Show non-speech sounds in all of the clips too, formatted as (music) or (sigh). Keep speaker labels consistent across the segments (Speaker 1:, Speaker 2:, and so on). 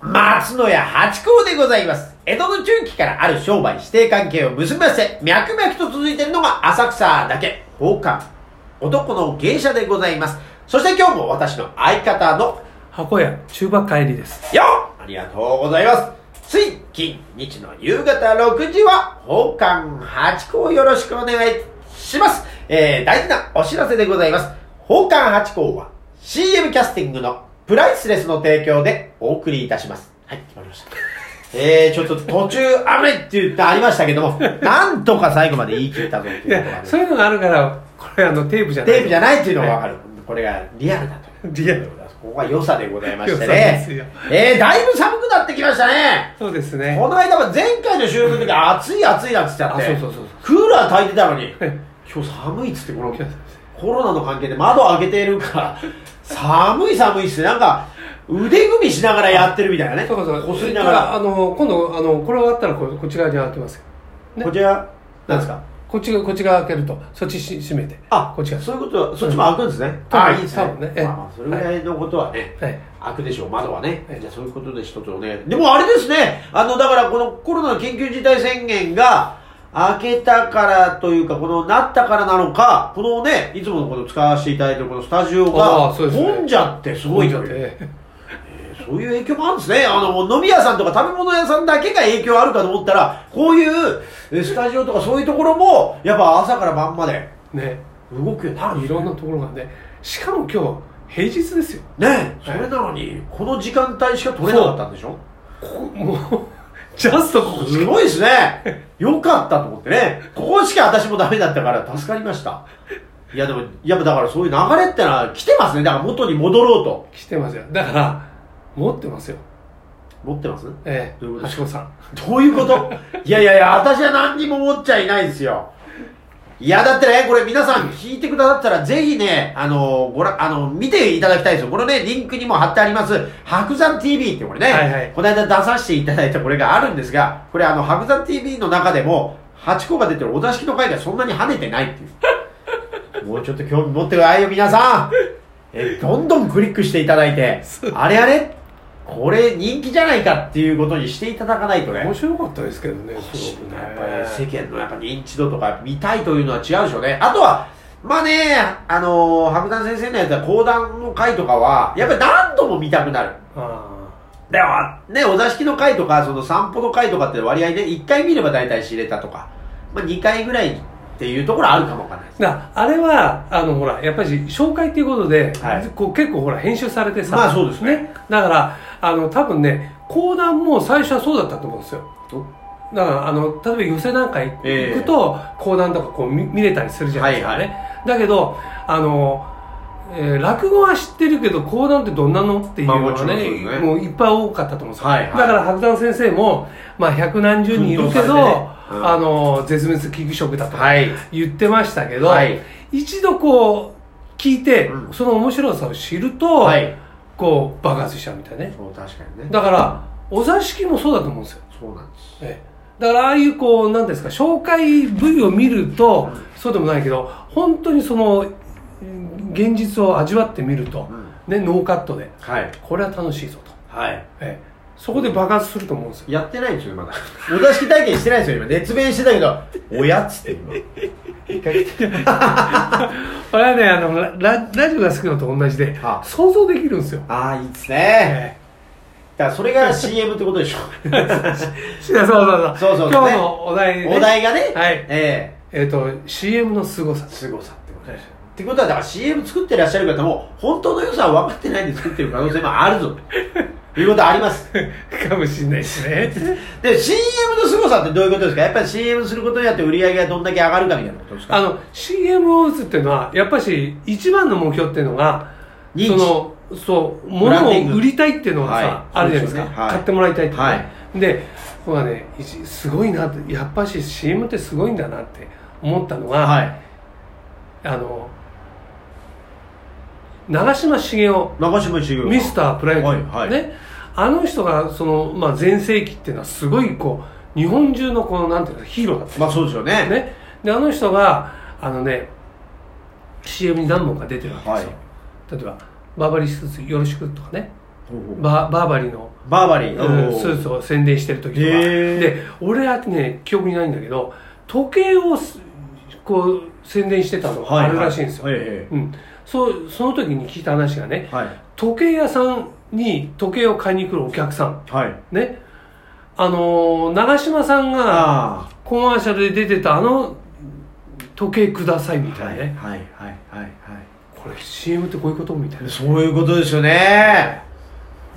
Speaker 1: 松野屋八甲でございます。江戸の中期からある商売指定関係を結びまして、脈々と続いているのが浅草だけ、宝冠、男の芸者でございます。そして今日も私の相方の、
Speaker 2: 箱屋中馬帰りです
Speaker 1: よありがとうございます。つい、金、日の夕方6時は、宝冠八甲をよろしくお願いします。えー、大事なお知らせでございます。宝冠八甲は、CM キャスティングのプライスレスの提供でお送りいたします。はい、決まりました。 (laughs) えー、ちょっと途中雨って言ってありましたけども、なんとか最後まで言い切ったぞって
Speaker 2: い
Speaker 1: いうのが
Speaker 2: や
Speaker 1: ね
Speaker 2: そういうのがあるからこれあのテープじゃない
Speaker 1: テープじゃないっていうのがわかる。これがリアルだと。
Speaker 2: リアル
Speaker 1: ここが良さでございまして
Speaker 2: 良さです
Speaker 1: ね
Speaker 2: よ。
Speaker 1: えー、だいぶ寒くなってきましたね。
Speaker 2: そうですね
Speaker 1: この間は前回の収録の時暑い暑いなんつっちゃって。
Speaker 2: あそうそうそう
Speaker 1: クーラー焚いてたのに
Speaker 2: い、
Speaker 1: 今日寒いっつってこの
Speaker 2: 今日寒い
Speaker 1: コロナの関係で窓開けてるから、寒い寒いっすなんか腕組みしながらやってるみたいなね。
Speaker 2: そうそう
Speaker 1: こすりなが
Speaker 2: あ
Speaker 1: ら。
Speaker 2: の今度あのこれ終わったらここっち側に開けますよね
Speaker 1: こちら、なんですか
Speaker 2: こっちがこっち側開けるとそっちし閉めて
Speaker 1: あ、
Speaker 2: こっちが
Speaker 1: そういうことは、そっちも開くんですね。
Speaker 2: うん
Speaker 1: ああ、いいですね。
Speaker 2: 多分ねええ
Speaker 1: まあまあそれぐらいのことはね。
Speaker 2: はい
Speaker 1: 開くでしょう、窓はね
Speaker 2: は。い
Speaker 1: じゃあそういうことで一つお願い。でもあれですね、あの、だからこのコロナの緊急事態宣言が、開けたからというか、この、なったからなのか、このね、いつものこの使わせていただいてるこのスタジオ
Speaker 2: あ
Speaker 1: が、
Speaker 2: ーそうですね
Speaker 1: 混んじゃってすごいという
Speaker 2: ええ
Speaker 1: そういう影響もあるんですね。あの、飲み屋さんとか食べ物屋さんだけが影響あるかと思ったら、こういうえスタジオとかそういうところも、やっぱ朝から晩まで
Speaker 2: ね
Speaker 1: 動くようになるん
Speaker 2: い
Speaker 1: です
Speaker 2: ろ
Speaker 1: ね
Speaker 2: んなところがねしかも今日平日ですよ
Speaker 1: ねそれなのに、この時間帯しか取れなかったんでしょ
Speaker 2: ここもうジャストここし
Speaker 1: すごいですね。よかったと思ってね。ここしか私もダメだったから助かりました。いやでも、やっぱだからそういう流れってのは来てますね。だから元に戻ろうと。
Speaker 2: 来てますよだから持ってますよ
Speaker 1: 持ってますど
Speaker 2: ええ
Speaker 1: どういうことです
Speaker 2: 橋子さん
Speaker 1: ういうこといやいやいや、私は何にも持っちゃいないですよ。いや、だってね、これ皆さん聞いてくださったら、ぜひね、あの、ごら、あの、見ていただきたいですよ。このね、リンクにも貼ってあります、白山 TV ってこれね、
Speaker 2: はいはい
Speaker 1: この間出させていただいたこれがあるんですが、これあの、白山 TV の中でも、8個が出てるお座敷の回がそんなに跳ねてないっていう。もうちょっと興味持ってくださいよ、皆さん。え、どんどんクリックしていただいて、あれあれこれ人気じゃないかっていうことにしていただかないとね。
Speaker 2: 面白かったですけどね
Speaker 1: そう
Speaker 2: す
Speaker 1: で
Speaker 2: ご
Speaker 1: す
Speaker 2: く
Speaker 1: ね
Speaker 2: ね
Speaker 1: やっぱり世間のやっぱ認知度とか見たいというのは違うでしょうね。あとは、まあね、あのー白山先生のやつは講談の回とかは、やっぱり何度も見たくなる。
Speaker 2: あ
Speaker 1: でも、ね、お座敷の回とか、その散歩の回とかって割合ね、1回見れば大体知れたとか、まあ2回ぐらいっていうところあるかもわかんないです。
Speaker 2: ーだあれはあのほらやっぱり紹介っていうことで、
Speaker 1: はい
Speaker 2: こう結構ほら編集されてさ、
Speaker 1: まあそうですね
Speaker 2: だからあの多分ね講談も最初はそうだったと思うんですよだからあの例えば寄せなんか行
Speaker 1: ええ
Speaker 2: くと、講談とかこう見見れたりするじゃないですか
Speaker 1: は
Speaker 2: ね、
Speaker 1: いは
Speaker 2: だけどあの、えー落語は知ってるけど講談ってどんなのっていうの
Speaker 1: まあもち
Speaker 2: は
Speaker 1: ろ
Speaker 2: ね,、
Speaker 1: んそうですね
Speaker 2: もういっぱい多かったと思うんですよ、
Speaker 1: はいはい
Speaker 2: だから白山先生も、まあ、百何十人いるけ
Speaker 1: 奮闘さ
Speaker 2: ど、
Speaker 1: れてねうん
Speaker 2: あの絶滅危惧食だとか
Speaker 1: はい。
Speaker 2: 言ってましたけど、
Speaker 1: はい
Speaker 2: 一度こう聞いて、
Speaker 1: うん
Speaker 2: その面白さを知ると、
Speaker 1: はい。
Speaker 2: こう爆発しちゃうみたいね
Speaker 1: そう、確かにね。
Speaker 2: だからお座敷もそうだと思うんですよ、
Speaker 1: そうなんです。
Speaker 2: ええだからああいうこうなんですか紹介 V を見るとそうでもないけど本当にそのうん現実を味わってみると、ね、ノーカットで
Speaker 1: はい。
Speaker 2: これは楽しいぞと、
Speaker 1: はい。
Speaker 2: ええそこで爆発すると思うんですよ
Speaker 1: やってないんですよ、まだ。お座敷体験してないんですよ、今。熱弁してたけど、おやつって今。一回
Speaker 2: これはねあのラララジオが好きなのと同じで
Speaker 1: あ
Speaker 2: 想像できるんですよ、
Speaker 1: (laughs) ああ、いいです
Speaker 2: え
Speaker 1: ね。
Speaker 2: え
Speaker 1: だからそれ
Speaker 2: (laughs)
Speaker 1: が CM ってことでしょ。
Speaker 2: そうそうそう
Speaker 1: そうそうそう
Speaker 2: 今日のお題、ね、
Speaker 1: お題がね、
Speaker 2: はい
Speaker 1: え
Speaker 2: えっ、と CM の凄さ
Speaker 1: え凄さってことでしょ。ってことは、だから CM 作ってらっしゃる方も、本当の良さは分かってないんで作ってる可能性もある
Speaker 2: (laughs)
Speaker 1: ぞ。ということあります。
Speaker 2: かもしれないしね
Speaker 1: で、CM の凄さってどういうことですかやっぱり CM することによって売り上げがどんだけ上がるかみたいなことですか
Speaker 2: あの CM を打つっていうのはやっぱし一番の目標っていうのが
Speaker 1: 認知
Speaker 2: そのそう
Speaker 1: ブラン
Speaker 2: 物
Speaker 1: ディング
Speaker 2: を売りたいっていうのがさ、
Speaker 1: はい
Speaker 2: あるじゃないです
Speaker 1: そ
Speaker 2: か
Speaker 1: うですよねはい
Speaker 2: 買ってもらいたいっていうね、
Speaker 1: はい
Speaker 2: で僕はねいちすごいなってやっぱし CM ってすごいんだなって思ったのが、
Speaker 1: はい。
Speaker 2: あの長嶋茂雄
Speaker 1: 中島茂雄。
Speaker 2: ミスタープロ野球、
Speaker 1: はいはい
Speaker 2: ね、あの人がその、まあ、前世紀っていうのはすごいこう日本中のこのなんていうかヒーローだったん
Speaker 1: まあそうですよね。
Speaker 2: ですねであの人があのね CM に何本か出てるわけで
Speaker 1: は
Speaker 2: す
Speaker 1: い
Speaker 2: よ、。例えば「バーバリースーツよろしく」とかね
Speaker 1: ほうほう
Speaker 2: ババーバリーの
Speaker 1: バーバリー。
Speaker 2: うん、
Speaker 1: おー
Speaker 2: スーツを宣伝してる時とか、
Speaker 1: へー
Speaker 2: で俺はね記憶にないんだけど時計をすこう宣伝してたのがあるらしいんですよ、
Speaker 1: はいはい
Speaker 2: うん、そうその時に聞いた話がね
Speaker 1: はい。
Speaker 2: 時計屋さんに時計を買いに来るお客さん
Speaker 1: はい。
Speaker 2: ねあのー長嶋さんが
Speaker 1: あ
Speaker 2: コマーシャルで出てたあの時計くださいみ
Speaker 1: あ。
Speaker 2: た
Speaker 1: はいい。
Speaker 2: な
Speaker 1: はい。
Speaker 2: ね、
Speaker 1: はい。はい。
Speaker 2: これ CM ってこういうことみたいな
Speaker 1: そういうことですよね。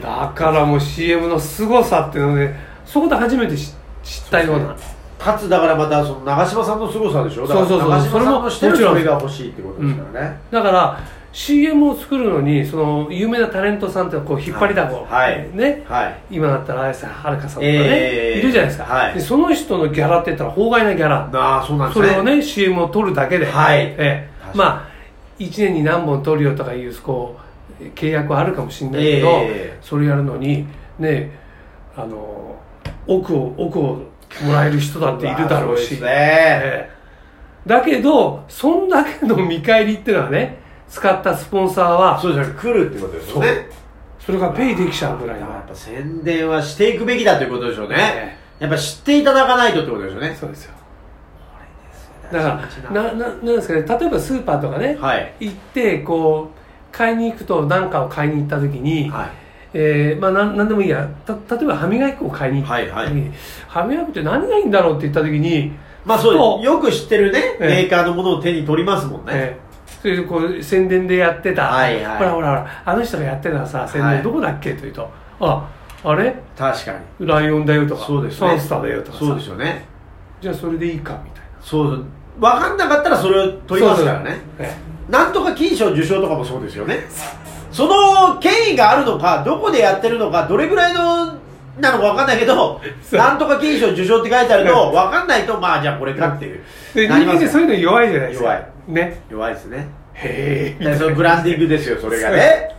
Speaker 2: だからもう CM の凄さっていうのねそこで初めて知知ったような
Speaker 1: かつ、だからまた、その、長嶋さんの凄さでしょだから
Speaker 2: そうそうそう
Speaker 1: 長嶋さんのしてる
Speaker 2: それも
Speaker 1: そ
Speaker 2: も
Speaker 1: れ
Speaker 2: ち
Speaker 1: が欲しいってことですからね。
Speaker 2: だから CM を作るのにその有名なタレントさんってこう引っ張りだこ、
Speaker 1: はい
Speaker 2: ね
Speaker 1: はい。
Speaker 2: 今だったら綾瀬はるかさんとかね、
Speaker 1: ええ
Speaker 2: いるじゃないですか、
Speaker 1: はい
Speaker 2: でその人のギャラって言ったら法外なギャラ
Speaker 1: ああ、そうなんです
Speaker 2: そ
Speaker 1: ね。
Speaker 2: れをね CM を取るだけで、
Speaker 1: はい
Speaker 2: ええ
Speaker 1: 確かに
Speaker 2: まあ1年に何本取るよとかいうこう契約はあるかもしれないけど、
Speaker 1: ええ
Speaker 2: それやるのにねあの億を億をもらえる人だっているだろ
Speaker 1: わあそう
Speaker 2: うし
Speaker 1: ですね。
Speaker 2: ええだけどそんだけの見返りっていうのはね使ったスポンサーは
Speaker 1: そうじゃなく来るってことですよね。
Speaker 2: それがペイできちゃうぐらい
Speaker 1: だからや
Speaker 2: の
Speaker 1: っぱ宣伝はしていくべきだということでしょうね
Speaker 2: え。
Speaker 1: やっぱ知っていただかないとってことですよね。
Speaker 2: そうですよだからなななんですかね例えばスーパーとかね、
Speaker 1: はい。
Speaker 2: 行ってこう買いに行くと何かを買いに行った時に、
Speaker 1: はい。
Speaker 2: えーまあ、なんなんでもいいやた例えば歯磨き粉を買いに行った
Speaker 1: は
Speaker 2: 時
Speaker 1: い
Speaker 2: に、
Speaker 1: はい
Speaker 2: 歯磨きって何がいいんだろうって言った時に、
Speaker 1: まあそう
Speaker 2: と
Speaker 1: ですよく知ってるね、
Speaker 2: ええ
Speaker 1: メーカーのものを手に取りますもんね。
Speaker 2: えーそういうこう宣伝でやってた、
Speaker 1: はいはい
Speaker 2: ほらほらほらあの人がやってたさ宣
Speaker 1: はい
Speaker 2: 伝どこだっけ、と言うとああれ
Speaker 1: 確かに。
Speaker 2: ライオンだよとか
Speaker 1: そうですね。
Speaker 2: サンスターだよとかさ
Speaker 1: そうですよね。
Speaker 2: じゃあそれでいいかみたいな
Speaker 1: そう。わかんなかったらそれを取りますからね。
Speaker 2: そうそうえ
Speaker 1: なんとか金賞受賞とかもそうですよね。その権威があるのか、どこでやってるのか、どれぐらいのなのかわかんないけど、
Speaker 2: そう
Speaker 1: なんとか金賞受賞って書いてあると、わかんないと、まあじゃあこれかっていう。
Speaker 2: えで
Speaker 1: なり
Speaker 2: 人
Speaker 1: ま
Speaker 2: 間
Speaker 1: す
Speaker 2: ってそういうの弱いじゃないですか
Speaker 1: 弱い
Speaker 2: ね
Speaker 1: 弱いですね。
Speaker 2: へ
Speaker 1: だからそのブランディングですよ、それがね。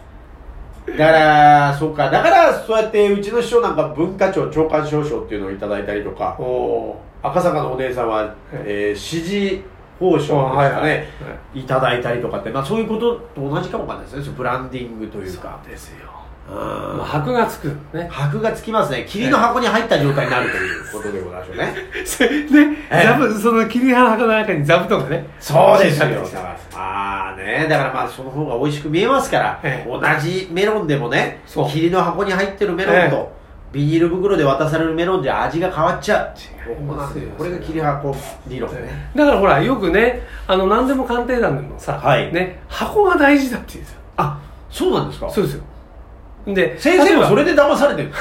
Speaker 1: だから、そうか、だから、そうやって、うちの師匠なんか文化庁長官賞賞っていうのをいただいたりとか
Speaker 2: お、お
Speaker 1: 赤坂のお姉さんは、えー、支持報奨です
Speaker 2: あはい
Speaker 1: か
Speaker 2: はい
Speaker 1: ね、いただいたりとかって、まあそういうことと同じかもわかんないですね、そのブランディングというか。
Speaker 2: ですよ
Speaker 1: うん
Speaker 2: まあ箔がつくね
Speaker 1: 箔がつきますね、霧の箱に入った状態になるということでございましょうね。
Speaker 2: それね、
Speaker 1: ええ
Speaker 2: 座布その切り花の中に座布団がね
Speaker 1: そうですよ
Speaker 2: 浸透して
Speaker 1: まあねだからまあその方が美味しく見えますから、
Speaker 2: ええ
Speaker 1: 同じメロンでもね
Speaker 2: そう
Speaker 1: 霧の箱に入ってるメロンと、ビニール袋で渡されるメロンじゃ味が変わっちゃう
Speaker 2: 違いますよ
Speaker 1: これが霧箱理論ね
Speaker 2: (laughs) だからほらよくねあの何でも鑑定団でもさ、
Speaker 1: はい
Speaker 2: ね、箱が大事だって言うんですよ
Speaker 1: あそうなんですか
Speaker 2: そうですよで
Speaker 1: 先生もそ
Speaker 2: れ
Speaker 1: れで騙されてる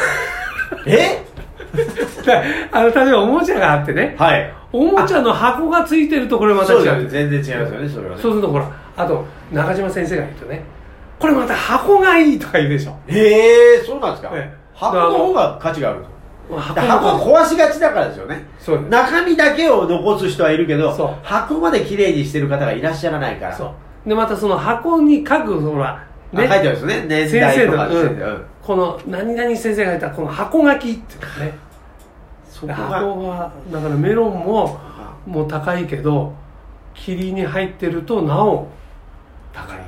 Speaker 1: え
Speaker 2: (laughs) あの例えばおもちゃがあってね
Speaker 1: はい
Speaker 2: おもちゃの箱がついてるとこれまた
Speaker 1: そう
Speaker 2: 違
Speaker 1: です
Speaker 2: う
Speaker 1: ね全然違いますよねそれはね
Speaker 2: そうするとほらあと中島先生が言うとねこれまた箱がいいとか言うでしょ
Speaker 1: へえそうなんですか、
Speaker 2: ええ
Speaker 1: 箱の方が価値があるんですよ
Speaker 2: 箱
Speaker 1: だから箱は壊しがちだからですよね
Speaker 2: そうです
Speaker 1: 中身だけを残す人はいるけ
Speaker 2: そう
Speaker 1: ど箱まで綺麗にしてる方がいらっしゃらないから
Speaker 2: そうでまたその箱に書くほら
Speaker 1: あ書いてあるんですね年
Speaker 2: 先生
Speaker 1: 代と
Speaker 2: と
Speaker 1: か
Speaker 2: か、
Speaker 1: です
Speaker 2: う
Speaker 1: ね
Speaker 2: ん
Speaker 1: うん
Speaker 2: この何々先生が言ったこの箱書きっていうのね
Speaker 1: そこが
Speaker 2: 箱がだからメロンも
Speaker 1: あ
Speaker 2: もう高いけど霧に入ってるとなお高い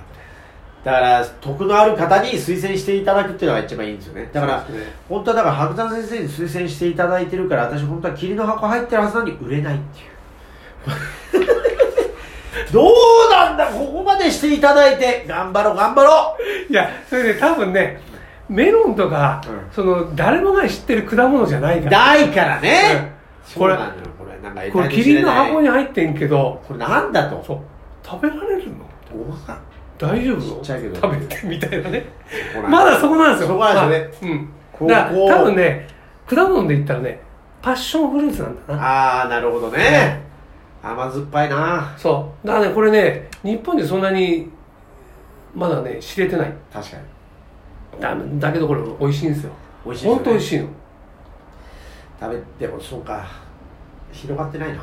Speaker 1: だから徳のある方に推薦していただくっていうのが一番いいんですよねだから
Speaker 2: そうですね
Speaker 1: 本当はだから白山先生に推薦していただいてるから私本当は霧の箱入ってるはずなのに売れないっていう (laughs) どうなんだここまでしていただいて頑張ろう頑張ろう
Speaker 2: いやそれで多分ねメロンとか、
Speaker 1: うん
Speaker 2: その誰もが知ってる果物じゃないから
Speaker 1: ないからね、
Speaker 2: うんこれ
Speaker 1: そうなんだよこれなんか
Speaker 2: これ
Speaker 1: 得体知
Speaker 2: 霧
Speaker 1: れ
Speaker 2: の
Speaker 1: ない
Speaker 2: 箱に入ってんけど
Speaker 1: これなんだと
Speaker 2: そう食べられるの
Speaker 1: ごまか
Speaker 2: 大丈夫
Speaker 1: ちっちゃいけど
Speaker 2: 食べてみたいなね
Speaker 1: そこなん
Speaker 2: まだそこなんですよ
Speaker 1: そこなんです
Speaker 2: よねう
Speaker 1: こ
Speaker 2: ん
Speaker 1: う
Speaker 2: だから
Speaker 1: こう
Speaker 2: 多分ね果物で言ったらねパッションフルーツなんだな
Speaker 1: ああなるほどね甘酸っぱいな
Speaker 2: そうだからねこれね日本でそんなにまだね知れてない
Speaker 1: 確かに
Speaker 2: だだけどこれ美味しいんですよ
Speaker 1: 美味しいですよね
Speaker 2: 本当美味しいの
Speaker 1: 食べてもそうか広がってないな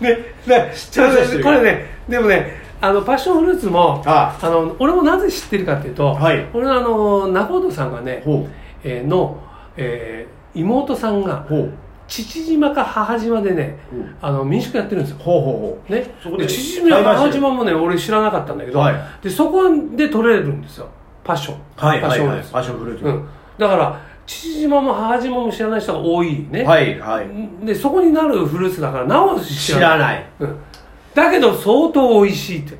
Speaker 2: ねね
Speaker 1: 知ってる人知ってる
Speaker 2: これねでもねあのパッションフルーツも
Speaker 1: あ
Speaker 2: あの俺もなぜ知ってるかっていうと、
Speaker 1: はい
Speaker 2: 俺のあの仲人さんがね、
Speaker 1: ほ
Speaker 2: えーの、えー妹さんが
Speaker 1: うほう
Speaker 2: 父島か母島でね、
Speaker 1: うん
Speaker 2: あの民宿やってるんですよ
Speaker 1: ほうほう
Speaker 2: ね、
Speaker 1: そこで
Speaker 2: で父島や母島もね俺知らなかったんだけど、
Speaker 1: はい
Speaker 2: でそこで取れるんですよパッション、
Speaker 1: はい
Speaker 2: パッ
Speaker 1: は
Speaker 2: シ
Speaker 1: い
Speaker 2: ョンフ
Speaker 1: はい
Speaker 2: ルーツ
Speaker 1: パッションフルーツ
Speaker 2: うん、だから父島も母島も知らない人が多いね、
Speaker 1: はい、はい。
Speaker 2: でそこになるフルーツだからなお知
Speaker 1: 知らない。
Speaker 2: うん、だけど相当美味しいって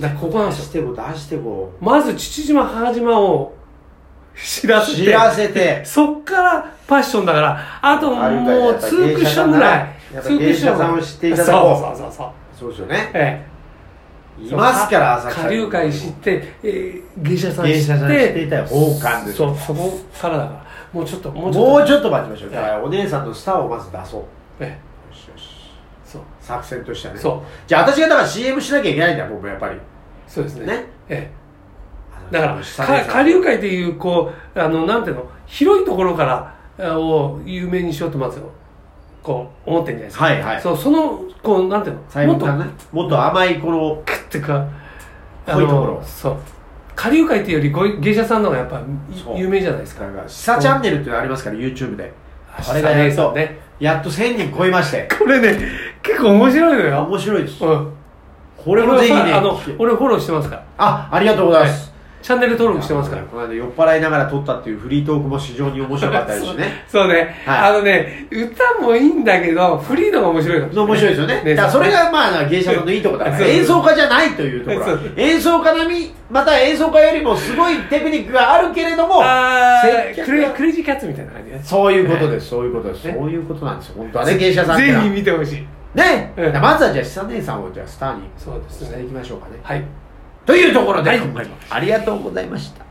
Speaker 2: だからここなんで
Speaker 1: 出
Speaker 2: すよ
Speaker 1: してこ、出してこ。
Speaker 2: まず父島母島を知らせて
Speaker 1: 知らせて。
Speaker 2: そっからパッションだからあと
Speaker 1: あるか
Speaker 2: もう
Speaker 1: やっぱ
Speaker 2: 2クッションぐらい
Speaker 1: 芸者さんならやっぱ
Speaker 2: ツークッション
Speaker 1: 芸者さんを知っていただこう
Speaker 2: そうそうそうそう
Speaker 1: そうですよね。
Speaker 2: ええ
Speaker 1: いますから、浅草
Speaker 2: 下流会知って、えー、芸者さん知って
Speaker 1: 芸者さん知っていたら宝冠です
Speaker 2: そうそこからだからもうちょっともうちょっと
Speaker 1: もうちょっと待ちましょう。
Speaker 2: ええ
Speaker 1: だから、お姉さんのスターをまず出そう。よ
Speaker 2: え
Speaker 1: しよし。
Speaker 2: えそう
Speaker 1: 作戦としてはね。
Speaker 2: そう
Speaker 1: じゃあ、私がだから CM しなきゃいけないんだ、僕もやっぱり。
Speaker 2: そうですね
Speaker 1: ね
Speaker 2: ええだから
Speaker 1: 下
Speaker 2: か下流会っていうこうあのなんていうの広いところからあを有名にしようとまずこう思ってるんじゃないですか、
Speaker 1: はいはい。
Speaker 2: そうそのこうなんていうの
Speaker 1: 最
Speaker 2: も
Speaker 1: 後
Speaker 2: っと
Speaker 1: かな。もっと甘い、この、
Speaker 2: クッてかあ
Speaker 1: こういうところ
Speaker 2: そう下流会っていうよりこういう芸者さんの方がやっぱ
Speaker 1: そう
Speaker 2: 有名じゃないですか
Speaker 1: なんか、下チャンネルっていうのありますから、YouTube で。あれが
Speaker 2: ね
Speaker 1: やっと、
Speaker 2: ね
Speaker 1: やっと1000人超えまして。
Speaker 2: これね結構面白いのよ、
Speaker 1: (laughs) 面白いです。
Speaker 2: うん、
Speaker 1: これもぜひね
Speaker 2: 俺はあの、
Speaker 1: あ
Speaker 2: 俺フォローしてますから
Speaker 1: ありがとうございます。
Speaker 2: チャンネル登録してますから
Speaker 1: この間酔っ払いながら撮ったっていうフリートークも非常に面白かったですしね。
Speaker 2: そうね、
Speaker 1: はい
Speaker 2: あのね歌もいいんだけどフリーのが面白いかもしれない
Speaker 1: 面白いですよね。
Speaker 2: ね
Speaker 1: だからそれがまあ芸者さんのいいところだから、
Speaker 2: そう
Speaker 1: 演奏家じゃないというところ
Speaker 2: そう
Speaker 1: は。演奏家並み、また演奏家よりもすごいテクニックがあるけれども、
Speaker 2: あ
Speaker 1: 接
Speaker 2: ー
Speaker 1: 客
Speaker 2: クレクレイジーキャッツみたいな感じね
Speaker 1: そういうことです、そういうことです。
Speaker 2: ね
Speaker 1: そういうことなんですよ、本当はね、芸者さんって
Speaker 2: ぜ
Speaker 1: のは
Speaker 2: ひ見てほしい
Speaker 1: ね、
Speaker 2: う
Speaker 1: じ
Speaker 2: ん
Speaker 1: ゃあまずはじゃあ、久姉さんをじゃあスターに
Speaker 2: そうです
Speaker 1: してい
Speaker 2: ね
Speaker 1: きましょうかね。
Speaker 2: はい
Speaker 1: というところで、
Speaker 2: はい
Speaker 1: 今回もありがとうございました。